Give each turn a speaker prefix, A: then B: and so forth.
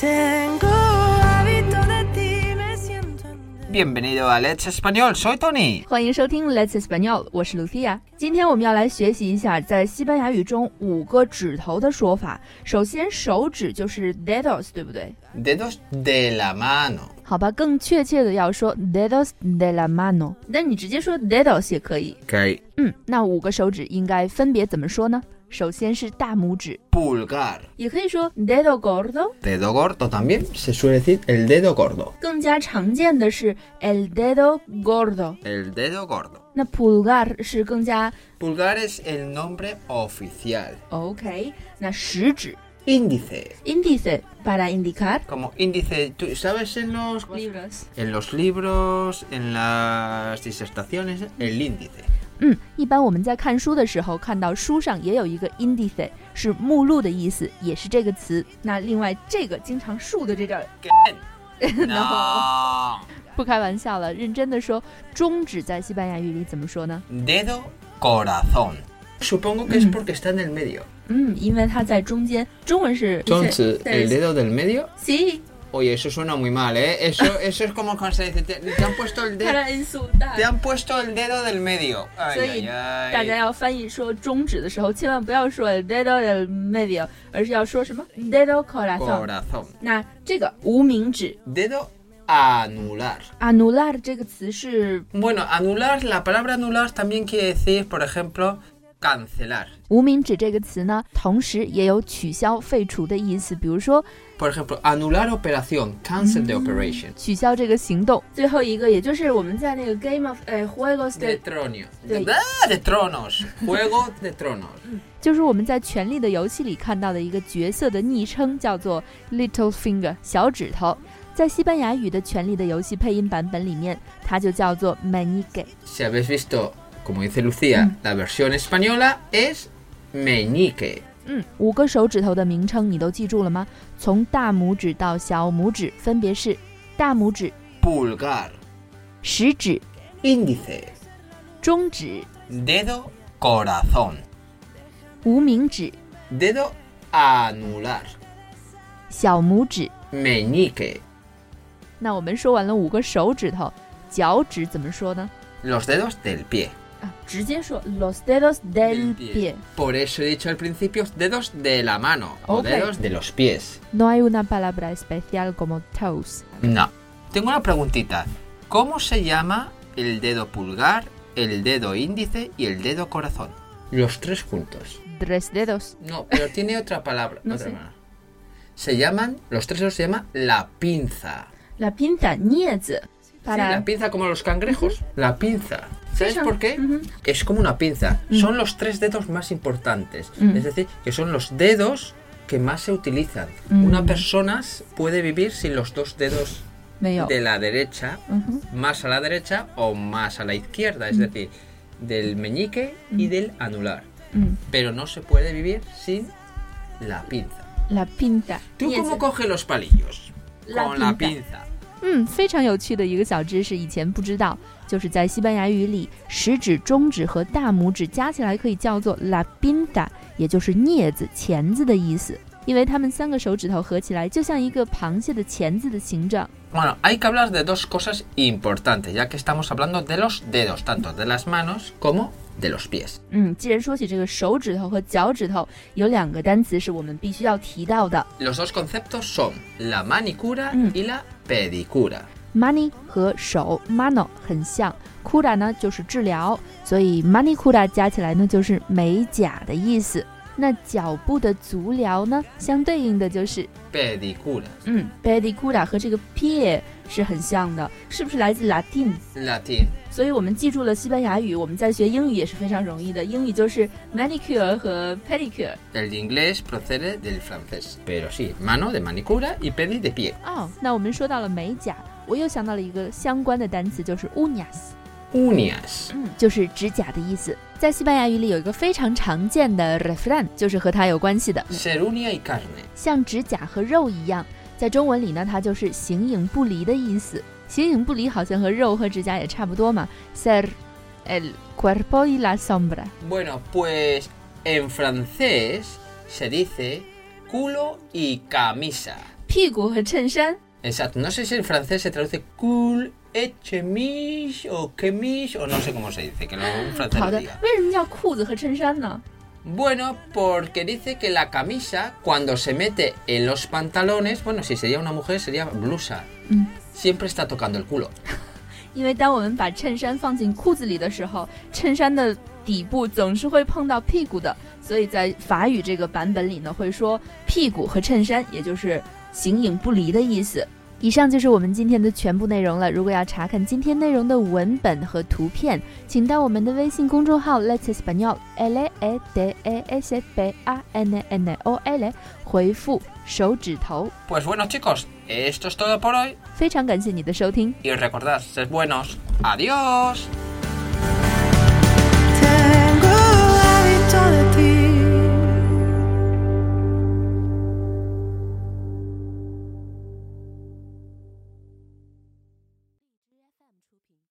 A: Tengo hábito de ti, me siento en deuda.
B: Bienvenido a Let's Español, soy Tony。
C: 欢迎收听 Let's Español，我是 Lucia。今天我们要来学习一下在西班牙语中五个指头的说法。首先，手指就是 dedos，对不对？
B: Dedos de la mano。
C: 好吧，更确切的要说 dedos de la mano，那你直接说 dedos 也可以。
B: OK。
C: 嗯，那五个手指应该分别怎么说呢？首先是大拇指，
B: Pulgar。
C: 也可以说 dedo gordo，
B: Dedo gordo también se suele decir el dedo gordo.
C: 更加常见的是 el dedo gordo。
B: El dedo gordo.
C: 那 pulgar 是更加
B: Pulgar es el nombre oficial.
C: OK，那食指
B: Índice.
C: índice para indicar
B: Como índice, tú sabes en los
C: libros。
B: en los libros, en las disertaciones, el índice.
C: 嗯，一般我们在看书的时候，看到书上也有一个 indice，是目录的意思，也是这个词。那另外这个经常竖的这个，
B: No.
C: 不开玩笑了，认真的说，中指在西班牙语里怎么说呢？
B: Dedo corazón. Supongo que es porque está en el medio.
C: 嗯，因为它在中间，中文是
B: Entonces, el dedo del medio.
C: sí
B: Oye, eso suena muy mal, ¿eh? Eso, eso es como cuando se dice, te, te han puesto el dedo.
C: para insultar
B: Te han puesto el dedo del medio. Ay,
C: Soy-
B: ay, ay.
C: 大家要翻译说中指的时候，千万不要说 dedo del medio，而是要说什么 dedo corazón。
B: Corazón.
C: 那这个无名指
B: Dedo anular.
C: anular 这个词是
B: Bueno, anular, la palabra anular también quiere decir, por ejemplo, cancelar.
C: 无名指这个词呢，同时也有取消、废除的意思，比如说
B: Por ejemplo, anular operación, cancel
C: Mm.
B: the operation.
C: 取消这个行动。最后一个，也就是我们在那个 Game of 呃 Juegos
B: De
C: de，
B: tronio.
C: De-
B: Ah, de tronos. Juego de tronos.
C: 就是我们在《权力的游戏》里看到的一个角色的昵称，叫做 Little Finger 小指头。在西班牙语的《权力的游戏》配音版本里面，它就叫做 Manique。
B: Si habéis visto, como dice Lucía,
C: Mm.
B: la versión española es meñique.
C: 嗯，五个手指头的名称你都记住了吗？从大拇指到小拇指，分别是大拇指、
B: Pulgar,
C: 食指、
B: índice,
C: 中指、
B: dedo, corazón,
C: 无名指、
B: dedo anular,
C: 小拇指。
B: meñique.
C: 那我们说完了五个手指头，脚趾怎么说呢？
B: Los dedos del pie.
C: 啊，直接说 los dedos del
B: Del pie.
C: pie。
B: Por eso he dicho al principio dedos de la mano o
C: Ok.
B: dedos de los pies.
C: No hay una palabra especial como toes。
B: No. Tengo una preguntita. ¿Cómo se llama el dedo pulgar, el dedo índice y el dedo corazón? Los tres juntos.
C: Tres dedos。
B: No, pero tiene otra palabra.
C: No
B: otra
C: sé.
B: palabra. Se llaman, los tres dedos se llama la pinza.
C: La pinza 镊子。
B: Sí, la pinza como los cangrejos. La pinza. ¿Sabes
C: Sí,
B: por qué?
C: ujú.
B: Es como una pinza. Son los tres dedos más importantes.
C: Mm.
B: Es decir, que son los dedos que más se utilizan.
C: Mm.
B: Una persona s- puede vivir sin los dos dedos
C: 没有。
B: de la derecha,
C: 嗯哼，
B: más a la derecha o más a la izquierda. Es decir, del meñique y del anular.
C: 嗯
B: Pero no se puede vivir sin la pinza.
C: ，la pinza
B: ¿Tú
C: 镊
B: cómo
C: 子。
B: coges los palillos?
C: La
B: Con la
C: pinza.
B: pinza.
C: 嗯，非常有趣的一个小知识，以前不知道，就是在西班牙语里，食指、中指和大拇指加起来可以叫做 la pinza，也就是镊子、钳子的意思，因为它们三个手指头合起来就像一个螃蟹的钳子的形状。
B: Bueno, hay que hablar de dos cosas importantes, ya que estamos hablando de los dedos, tanto de las manos como de los pies.
C: 嗯，既然说起这个手指头和脚趾头，有两个单词是我们必须要提到的
B: Los dos conceptos son la manicura
C: Mm.
B: y la pedicura.
C: ，money 和手 mano 很像，cura 呢就是治疗，所以 money cura 加起来呢就是美甲的意思。那脚部的足疗呢，相对应的就是，
B: Pedicura.
C: 嗯 p e d i c u r a 和这个 pie 是很像的，是不是来自 Latin？
B: Latín.
C: 所以我们记住了西班牙语，我们在学英语也是非常容易的，英语就是 manicure 和 pedicure。
B: El inglés procede del francés. Pero sí, mano de manicura y pedi de pie.
C: 哦，那我们说到了美甲，我又想到了一个相关的单词，就是 uñas，
B: Uñas.
C: 嗯，就是指甲的意思。在西班牙语里有一个非常常见的 refran，就是和它有关系的，
B: Ser uña y carne.
C: 像指甲和肉一样，在中文里呢，它就是形影不离的意思。形影不离好像和肉和指甲也差不多嘛。ser el cuerpo y la sombra。
B: Bueno, pues en francés se dice culo y camisa.
C: 屁股和衬衫。
B: Exacto, no sé si en francés se traduce cool, chemise o chemise o no sé cómo se dice, que lo, un francés
C: 好
B: lo
C: 的，
B: diga.
C: 为什么叫裤子和衬衫呢？
B: Bueno, porque dice que la camisa cuando se mete en los pantalones, bueno, si sería una mujer sería blusa,
C: 嗯，
B: siempre está tocando el culo.
C: 因为当我们把衬衫放进裤子里的时候，衬衫的底部总是会碰到屁股的，所以在法语这个版本里呢，会说屁股和衬衫，也就是形影不离的意思。以上就是我们今天的全部内容了。如果要查看今天内容的文本和图片，请到我们的微信公众号 Let's Espanol L E D E S B A N E N O L 回复手指头。
B: Pues bueno chicos, esto es todo por hoy
C: 非常感谢你的收听。
B: y recordad, sed buenos. Adiós.